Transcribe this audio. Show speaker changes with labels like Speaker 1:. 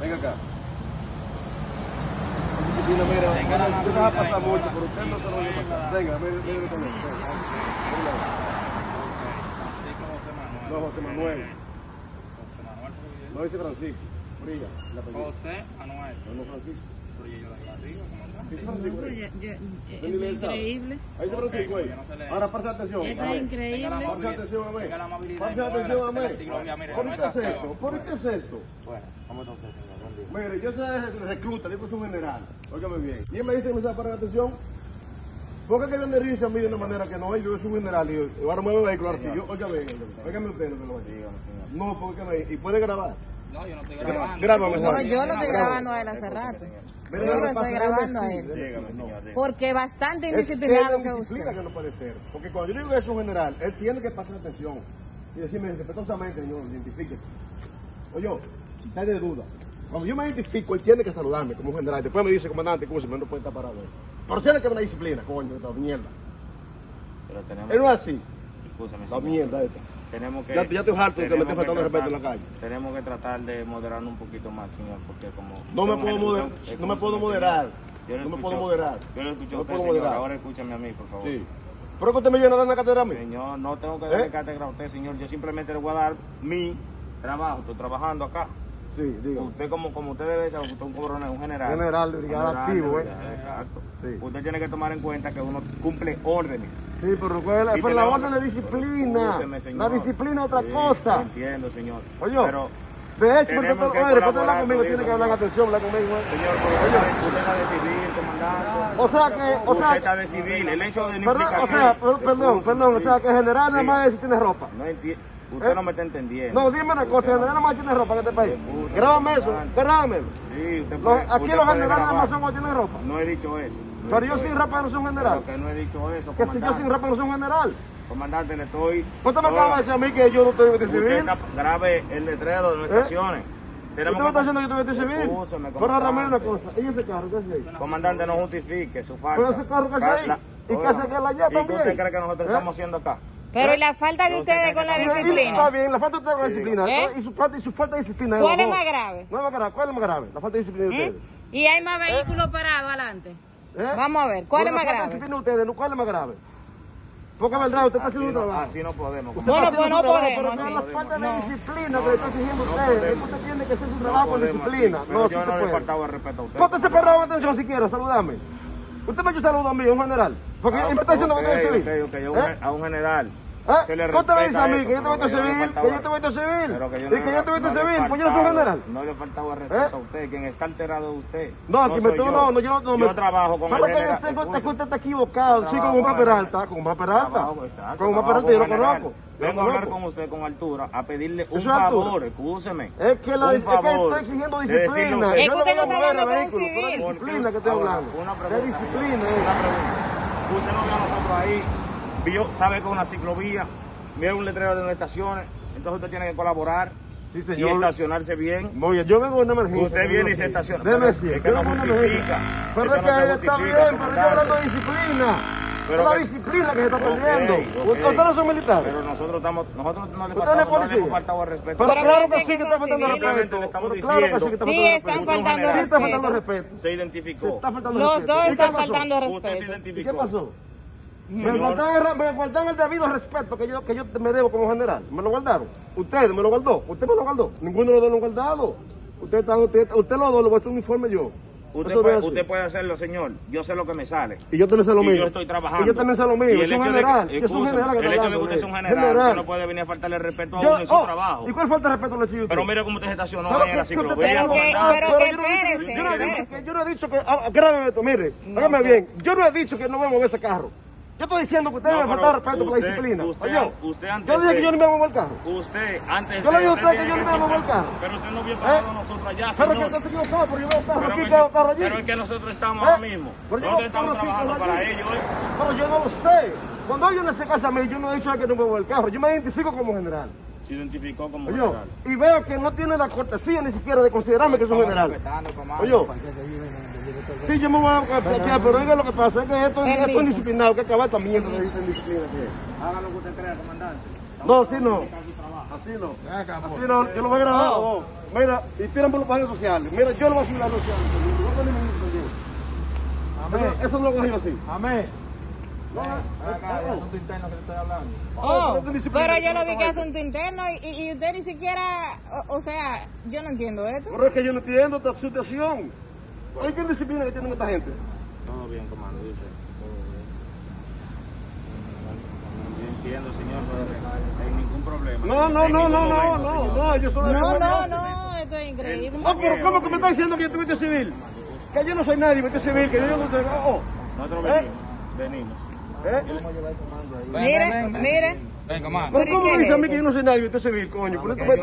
Speaker 1: Venga acá. Entonces, mira, mira, yo te voy a um pasar mucho, pero usted no se lo voy a pasar. Venga, mire, mire con él. venga. Venga.
Speaker 2: Así como José Manuel.
Speaker 1: No, José Manuel.
Speaker 2: José Manuel
Speaker 1: No dice Francisco. Brilla. la
Speaker 2: Ruiz.
Speaker 1: apellido.
Speaker 2: José Manuel.
Speaker 1: No, no Francisco.
Speaker 2: Ruiz, yo la digo arriba, ¿cómo anda?
Speaker 1: Dice
Speaker 3: No,
Speaker 1: Francisco.
Speaker 3: pero
Speaker 1: ahí.
Speaker 3: ya- ya- es
Speaker 1: Ven y ven, ¿sabe?
Speaker 3: increíble.
Speaker 1: Ahí dice Francisco
Speaker 2: Ok, yo no sé
Speaker 1: ahí.
Speaker 2: leer.
Speaker 1: Ahora pasa atención.
Speaker 3: Es
Speaker 1: a ver.
Speaker 3: increíble.
Speaker 2: Tenga la
Speaker 1: Ponte
Speaker 2: amabilidad,
Speaker 1: atención a
Speaker 2: tenga la
Speaker 1: mí.
Speaker 2: amabilidad
Speaker 1: Ponte
Speaker 2: y muévela,
Speaker 1: atención a
Speaker 2: tenga la
Speaker 1: mí.
Speaker 2: ciclovía, mire,
Speaker 1: ¿Por
Speaker 2: no
Speaker 1: qué es
Speaker 2: estación.
Speaker 1: esto? ¿Por qué es esto?
Speaker 4: Bueno, vamos entonces, señor. Buen día.
Speaker 1: Mire, yo soy el recluta, yo soy un general. Óigame bien. Y él me dice que me está parando atención. Porque que viene risa a mí de una manera que no es, yo soy un general y yo yo ahora muevo el vehículo. Ahora sí, yo, óigame, óigame usted, no te lo voy a decir. No, porque me, y puede grabar.
Speaker 2: No, yo no estoy
Speaker 1: Graba-
Speaker 2: grabando.
Speaker 1: grábame,
Speaker 3: No,
Speaker 1: Juan.
Speaker 3: yo lo estoy
Speaker 1: Bravo.
Speaker 3: grabando a él hace rato.
Speaker 1: Mire, lo
Speaker 3: Yo lo
Speaker 1: que
Speaker 3: estoy
Speaker 1: pasa es que
Speaker 3: grabando
Speaker 1: él
Speaker 3: a él.
Speaker 4: Dígame, señor. dígame.
Speaker 3: Porque bastante
Speaker 1: Es que es la
Speaker 3: indisciplinado que
Speaker 1: disciplina que
Speaker 3: usted.
Speaker 1: no puede ser. Porque cuando yo digo que es un general, él tiene que pasar atención. Y decirme respetuosamente, señor, identifíquese. Oye, si está de duda. Cuando yo me identifico, él tiene que saludarme como un general. Después me dice, comandante, escúcheme, no puede estar parado ahí. Pero tiene que haber una disciplina, coño, esta mierda.
Speaker 4: Pero tenemos.
Speaker 1: Él no es así,
Speaker 4: Escúchame,
Speaker 1: la
Speaker 4: señor.
Speaker 1: mierda esta.
Speaker 4: Tenemos que.
Speaker 1: Ya- ya estoy harto de que me
Speaker 4: tenemos
Speaker 1: estén faltando respeto en la
Speaker 4: tratar-
Speaker 1: calle.
Speaker 4: Tenemos que tratar de moderarnos un poquito más, señor, porque como.
Speaker 1: No me
Speaker 4: somos
Speaker 1: puedo
Speaker 4: gener-
Speaker 1: moderar,
Speaker 4: somos-
Speaker 1: no me puedo
Speaker 4: escúcheme,
Speaker 1: moderar.
Speaker 4: señor.
Speaker 1: No me
Speaker 4: escucho-
Speaker 1: puedo moderar.
Speaker 4: Yo lo
Speaker 1: No
Speaker 4: escucho
Speaker 1: me
Speaker 4: a usted,
Speaker 1: puedo
Speaker 4: señor.
Speaker 1: moderar.
Speaker 4: Ahora escúchame a mí, por favor.
Speaker 1: Sí. Pero que usted me llena de la cátedra a mí.
Speaker 4: Señor, no tengo que darle
Speaker 1: ¿Eh?
Speaker 4: cátedra a usted, señor. Yo simplemente le voy a dar mi trabajo. Estoy trabajando acá.
Speaker 1: Sí, digo.
Speaker 4: Usted, como, como usted debe saber, usted es un coronel, un general.
Speaker 1: General de brigada activo, ¿eh?
Speaker 4: brigada, Exacto.
Speaker 1: Sí.
Speaker 4: Usted tiene que tomar en cuenta que uno cumple órdenes.
Speaker 1: Sí, pero, ¿cuál es?
Speaker 4: Sí,
Speaker 1: pero la
Speaker 4: tenemos-
Speaker 1: orden de disciplina.
Speaker 4: Escúcheme, señor.
Speaker 1: La disciplina es otra
Speaker 4: Sí,
Speaker 1: cosa.
Speaker 4: Entiendo, señor.
Speaker 1: Oye,
Speaker 4: pero,
Speaker 1: de hecho,
Speaker 4: tenemos
Speaker 1: porque
Speaker 4: que
Speaker 1: todo- oye, después de
Speaker 4: colaborar
Speaker 1: hablar conmigo,
Speaker 4: con
Speaker 1: tiene
Speaker 4: ellos,
Speaker 1: que hablar en
Speaker 4: señor.
Speaker 1: atención, hablar conmigo. ¿eh?
Speaker 4: señor, porque usted usted está de civil, comandante.
Speaker 1: O sea que, o
Speaker 4: usted
Speaker 1: sea,
Speaker 4: está de civil. El hecho de no
Speaker 1: perdón,
Speaker 4: implica
Speaker 1: o sea, per- perdón,
Speaker 4: Escúcheme,
Speaker 1: perdón, o
Speaker 4: sí.
Speaker 1: sea que general nada
Speaker 4: Sí.
Speaker 1: más es si tiene ropa.
Speaker 4: No enti- Usted
Speaker 1: ¿Eh?
Speaker 4: no me está entendiendo.
Speaker 1: No, dime una cosa, general nada más tiene ropa en este país.
Speaker 4: Escúchame,
Speaker 1: Grábame eso,
Speaker 4: comandante.
Speaker 1: grábame.
Speaker 4: Sí,
Speaker 1: Los-
Speaker 4: usted puede-
Speaker 1: Aquí
Speaker 4: usted
Speaker 1: los
Speaker 4: puede
Speaker 1: generales nada más
Speaker 4: grabar.
Speaker 1: son cuando tienen ropa.
Speaker 4: No he dicho eso. No he
Speaker 1: Pero
Speaker 4: dicho
Speaker 1: yo sin
Speaker 4: eso.
Speaker 1: ropa no soy un general.
Speaker 4: Pero que no he dicho eso,
Speaker 1: Que si yo sin Pues
Speaker 4: comandante.
Speaker 1: ropa no soy un general.
Speaker 4: Comandante, le estoy...
Speaker 1: Usted me
Speaker 4: No,
Speaker 1: acaba de decir a mí que yo no estoy de
Speaker 4: Usted
Speaker 1: civil.
Speaker 4: está- grabe el letrero de las
Speaker 1: ¿Eh?
Speaker 4: estaciones.
Speaker 1: Usted
Speaker 4: Tenemos
Speaker 1: me está
Speaker 4: que-
Speaker 1: diciendo que yo estoy de civil.
Speaker 4: Escúcheme,
Speaker 1: Pero ahora mira una
Speaker 4: comandante.
Speaker 1: cosa, ¿y ese carro qué es ahí?
Speaker 4: Comandante, no justifique su falta.
Speaker 1: Pero ese carro que está ahí, ¿y
Speaker 4: La-
Speaker 1: qué
Speaker 4: Oiga,
Speaker 1: hace aquel allá
Speaker 4: ¿y
Speaker 1: también?
Speaker 4: qué usted cree que nosotros
Speaker 1: ¿Eh?
Speaker 4: estamos haciendo acá?
Speaker 3: Pero ¿y la falta de
Speaker 4: Yo
Speaker 3: ustedes
Speaker 4: tengo
Speaker 3: con la
Speaker 4: que-
Speaker 1: Está
Speaker 3: disciplina?
Speaker 1: bien, la falta de ustedes con la disciplina.
Speaker 3: ¿Eh?
Speaker 1: Y, su falta, y su falta de disciplina.
Speaker 3: ¿Cuál
Speaker 1: los
Speaker 3: es
Speaker 1: dos.
Speaker 3: más grave?
Speaker 1: No es más grave. ¿Cuál es más grave? La falta de disciplina de
Speaker 3: ¿Eh?
Speaker 1: ustedes.
Speaker 3: Y hay más vehículos parados adelante.
Speaker 1: ¿Eh?
Speaker 3: Vamos a ver, ¿cuál
Speaker 1: Bueno, La falta
Speaker 3: es más
Speaker 1: de
Speaker 3: grave?
Speaker 1: disciplina de ustedes, ¿no? ¿cuál es más grave? Porque es verdad, usted está
Speaker 4: Así
Speaker 1: haciendo un
Speaker 4: no,
Speaker 1: trabajo.
Speaker 4: así no podemos.
Speaker 1: Usted
Speaker 3: Bueno,
Speaker 1: está
Speaker 4: comandante.
Speaker 1: haciendo
Speaker 3: pues no
Speaker 1: su trabajo,
Speaker 3: podemos,
Speaker 1: pero
Speaker 3: sí.
Speaker 1: la falta de
Speaker 3: No.
Speaker 1: disciplina que le está exigiendo usted. es que usted tiene que hacer su trabajo con
Speaker 4: podemos así,
Speaker 1: disciplina.
Speaker 4: pero
Speaker 1: no,
Speaker 4: yo
Speaker 1: sí
Speaker 4: no
Speaker 1: se
Speaker 4: le he
Speaker 1: puede.
Speaker 4: faltado el respeto a usted.
Speaker 1: Póntese perro atención si quiere, saludame. Usted me ha hecho saludo a mí, un general. Porque
Speaker 4: Ah,
Speaker 1: él me está diciendo que
Speaker 4: ok,
Speaker 1: yo estoy civil.
Speaker 4: ok, ok, a un-
Speaker 1: ¿Eh?
Speaker 4: A un general. se le
Speaker 1: ¿Eh? ¿Cómo te me
Speaker 4: respeta
Speaker 1: dices a mí
Speaker 4: eso,
Speaker 1: que yo te voy
Speaker 4: pero
Speaker 1: a
Speaker 4: yo no le
Speaker 1: civil?
Speaker 4: faltaba-
Speaker 1: Que yo te voy a civil.
Speaker 4: Pero
Speaker 1: Y que yo te voy
Speaker 4: que yo
Speaker 1: a
Speaker 4: no le
Speaker 1: civil, pues yo no soy
Speaker 4: faltaba-
Speaker 1: general.
Speaker 4: No le faltaba respeto
Speaker 1: ¿Eh?
Speaker 4: a usted. Quien está alterado es usted.
Speaker 1: No, que me
Speaker 4: soy
Speaker 1: tú no, no, yo no me.
Speaker 4: Yo trabajo con
Speaker 1: Pero
Speaker 4: el
Speaker 1: que este usted,
Speaker 4: general-
Speaker 1: usted-
Speaker 4: escúchame.
Speaker 1: usted está equivocado, sí, con
Speaker 4: Trabajo
Speaker 1: Juan
Speaker 4: con el-
Speaker 1: Peralta, con Juan Peralta.
Speaker 4: Trabajo,
Speaker 1: Con Juan
Speaker 4: exacto, trabajo
Speaker 1: Peralta yo lo
Speaker 4: con general.
Speaker 1: conozco. yo lo
Speaker 4: Vengo a hablar
Speaker 1: conozco.
Speaker 4: con usted con altura a pedirle un
Speaker 1: Eso es altura.
Speaker 4: favor, escúcheme.
Speaker 1: Es que la
Speaker 4: Un
Speaker 1: es que
Speaker 4: favor.
Speaker 1: estoy exigiendo
Speaker 4: De decirle a
Speaker 1: disciplina.
Speaker 4: usted-
Speaker 3: Es
Speaker 1: Yo
Speaker 3: que
Speaker 1: no voy
Speaker 3: usted
Speaker 1: a
Speaker 3: no está
Speaker 1: mover el
Speaker 3: hablando con
Speaker 1: vehículo,
Speaker 3: un
Speaker 1: por la
Speaker 3: civil.
Speaker 1: disciplina que estoy
Speaker 4: Ahora,
Speaker 1: hablando.
Speaker 4: una
Speaker 1: De
Speaker 4: pregunta,
Speaker 1: disciplina,
Speaker 4: señor.
Speaker 1: eh.
Speaker 4: Una pregunta. Usted no ve a nosotros ahí, vio, sabe que es una ciclovía, vio un letrero de unas estaciones, entonces usted tiene que colaborar
Speaker 1: Sí,
Speaker 4: y
Speaker 1: señor.
Speaker 4: estacionarse bien.
Speaker 1: Muy bien, yo vengo de una emergencia.
Speaker 4: Usted viene y se estaciona.
Speaker 1: Deme
Speaker 4: Pero
Speaker 1: decir,
Speaker 4: es que
Speaker 1: yo
Speaker 4: no
Speaker 1: vengo de una
Speaker 4: justifica.
Speaker 1: emergencia. Pero
Speaker 4: Eso
Speaker 1: es
Speaker 4: no
Speaker 1: que
Speaker 4: se
Speaker 1: está bien,
Speaker 4: justifica,
Speaker 1: pero estoy
Speaker 4: comandante.
Speaker 1: hablando de disciplina.
Speaker 4: Pero
Speaker 1: es la
Speaker 4: que-
Speaker 1: disciplina que se está
Speaker 4: Ok,
Speaker 1: perdiendo.
Speaker 4: ok.
Speaker 1: Ustedes no son militares.
Speaker 4: Pero nosotros estamos, nosotros no le
Speaker 1: Usted
Speaker 4: faltamos,
Speaker 1: no es
Speaker 4: no le
Speaker 1: policía.
Speaker 4: hemos faltado al respeto.
Speaker 1: Pero
Speaker 3: Pero
Speaker 1: claro que
Speaker 3: dicen
Speaker 1: sí que
Speaker 3: que
Speaker 1: está
Speaker 3: son
Speaker 1: faltando
Speaker 3: civiles.
Speaker 1: respeto.
Speaker 4: Le estamos
Speaker 1: Pero claro que sí
Speaker 4: diciendo.
Speaker 1: que está faltando
Speaker 3: Sí, están
Speaker 1: respeto.
Speaker 3: faltando
Speaker 1: Sí, está faltando
Speaker 3: respeto.
Speaker 1: respeto.
Speaker 4: se
Speaker 1: Se
Speaker 4: identificó.
Speaker 1: está faltando
Speaker 3: Los
Speaker 1: respeto.
Speaker 3: dos
Speaker 1: ¿Y qué
Speaker 3: están
Speaker 1: pasó?
Speaker 3: faltando
Speaker 4: Usted
Speaker 1: ¿Y
Speaker 3: respeto.
Speaker 4: se
Speaker 1: qué
Speaker 4: identificó.
Speaker 1: pasó? Me
Speaker 4: Señor.
Speaker 1: guardaron, el, me guardaron el debido respeto que yo, que yo me debo como general. Me lo guardaron. Usted me lo guardó. Usted me lo guardó. Ninguno de los dos lo ha guardado. Usted, está, usted, usted los dos lo voy a hacer un uniforme yo.
Speaker 4: Usted,
Speaker 1: Eso no es
Speaker 4: puede,
Speaker 1: así.
Speaker 4: usted puede hacerlo, señor. Yo sé lo que me sale.
Speaker 1: Y yo también sé lo
Speaker 4: y
Speaker 1: mío.
Speaker 4: yo estoy trabajando.
Speaker 1: Y yo también sé lo mío.
Speaker 4: Y
Speaker 1: Yo
Speaker 4: el
Speaker 1: soy un
Speaker 4: hecho de que-
Speaker 1: general. Yo soy un
Speaker 4: escúchame,
Speaker 1: general que
Speaker 4: El
Speaker 1: está
Speaker 4: hecho de que
Speaker 1: hablando,
Speaker 4: usted es un
Speaker 1: eh.
Speaker 4: general,
Speaker 1: General.
Speaker 4: usted no puede venir a faltarle el respeto a
Speaker 1: Yo-
Speaker 4: uno en su
Speaker 1: oh,
Speaker 4: trabajo.
Speaker 1: ¿Y cuál falta de respeto le estoy
Speaker 4: Pero mire cómo usted se estacionó
Speaker 1: Claro
Speaker 4: ahí en la
Speaker 1: que- que usted-
Speaker 4: ciclovía,
Speaker 3: Pero que-
Speaker 4: comandante.
Speaker 3: pero-
Speaker 1: yo no he
Speaker 3: espérese,
Speaker 1: dicho- yo no he dicho
Speaker 3: espérese.
Speaker 1: que, yo no he dicho que, ah, grábeme esto, mire, hágame bien, yo no he dicho que no voy a mover ese carro. Yo estoy diciendo que usted
Speaker 4: No,
Speaker 1: me ha
Speaker 4: pero
Speaker 1: faltado respeto por la
Speaker 4: usted-
Speaker 1: disciplina.
Speaker 4: usted-
Speaker 1: Oye,
Speaker 4: usted antes
Speaker 1: yo dije que
Speaker 4: de-
Speaker 1: yo no me voy a mover el carro.
Speaker 4: Usted, antes
Speaker 1: Yo le digo a usted que
Speaker 4: tiene
Speaker 1: yo no me voy a
Speaker 4: sentar-
Speaker 1: volcar.
Speaker 4: Pero usted no vio pasar
Speaker 1: ¿Eh?
Speaker 4: a nosotros allá,
Speaker 1: Pero
Speaker 4: señor.
Speaker 1: que usted tiene un carro, porque yo veo un carro
Speaker 4: Pero
Speaker 1: aquí,
Speaker 4: que-
Speaker 1: veo un carro allí.
Speaker 4: pero es que nosotros estamos
Speaker 1: ¿Eh?
Speaker 4: ahora mismo.
Speaker 1: Pero yo
Speaker 4: Nosotros
Speaker 1: estamos
Speaker 4: estamos
Speaker 1: aquí,
Speaker 4: trabajando
Speaker 1: estamos
Speaker 4: para
Speaker 1: aquí.
Speaker 4: ellos hoy.
Speaker 1: Pero yo no lo sé. Cuando alguien le hace caso a mí, yo no he dicho que no me mueva el carro. Yo me identifico como general.
Speaker 4: Se identificó como
Speaker 1: Oye,
Speaker 4: general.
Speaker 1: y veo que no tiene la cortesía ni siquiera de considerarme que soy un
Speaker 4: Estamos
Speaker 1: general.
Speaker 4: respetando, comando,
Speaker 1: Oye,
Speaker 4: para que se viven en el directo.
Speaker 1: sí, yo me voy a plantear, pero oiga lo que pasa, es que esto,
Speaker 3: Permiso.
Speaker 1: esto es indisciplinado, que acaba esta mierda de disciplina que es.
Speaker 4: Haga lo que usted crea, comandante.
Speaker 1: No, así no.
Speaker 4: Haga su trabajo.
Speaker 1: Así no. Así no, yo lo voy a grabar. Mira, y tiran por los paneles sociales. Mira, yo no voy a subir las redes sociales. yo No tengo ningún contigo.
Speaker 5: Amén.
Speaker 1: Eso no lo cogí así.
Speaker 5: Amén.
Speaker 1: No,
Speaker 5: Acá, el
Speaker 1: no,
Speaker 5: asunto interno que te estoy hablando.
Speaker 1: Ah,
Speaker 3: Oh,
Speaker 1: pero es disciplina,
Speaker 3: pero yo
Speaker 1: no
Speaker 3: lo vi que
Speaker 1: trabaja.
Speaker 3: es asunto interno y, y- y usted ni siquiera, o, o sea, yo no entiendo esto.
Speaker 1: Pero es que yo no entiendo esta situación. Oye, ¿qué disciplina que tienen esta gente?
Speaker 4: Todo bien, comando, dice.
Speaker 2: Yo entiendo, señor, pero no hay ningún problema.
Speaker 1: No, no,
Speaker 2: En
Speaker 1: no,
Speaker 2: ningún
Speaker 1: no, no,
Speaker 2: momento,
Speaker 1: no,
Speaker 2: señor.
Speaker 1: no, yo solo
Speaker 3: No, no,
Speaker 1: reconozco.
Speaker 3: no, esto es increíble.
Speaker 1: Ah, pero ¿cómo que me está diciendo que yo estoy vestido civil? Que yo no soy nadie vestido civil, que yo no soy... Oh,
Speaker 4: Nosotros
Speaker 1: ¿Eh?
Speaker 4: venimos. Venimos.
Speaker 1: ¿eh?
Speaker 2: Ven, ven,
Speaker 3: Mire,
Speaker 2: ven.
Speaker 3: mire.
Speaker 2: Ven, comando.
Speaker 1: Pero
Speaker 3: ¿Pero
Speaker 1: ¿cómo
Speaker 3: qué
Speaker 1: me
Speaker 3: es
Speaker 1: dice a mí
Speaker 3: eso?
Speaker 1: que yo no soy nadie vestido civil, coño? Pero esto me está-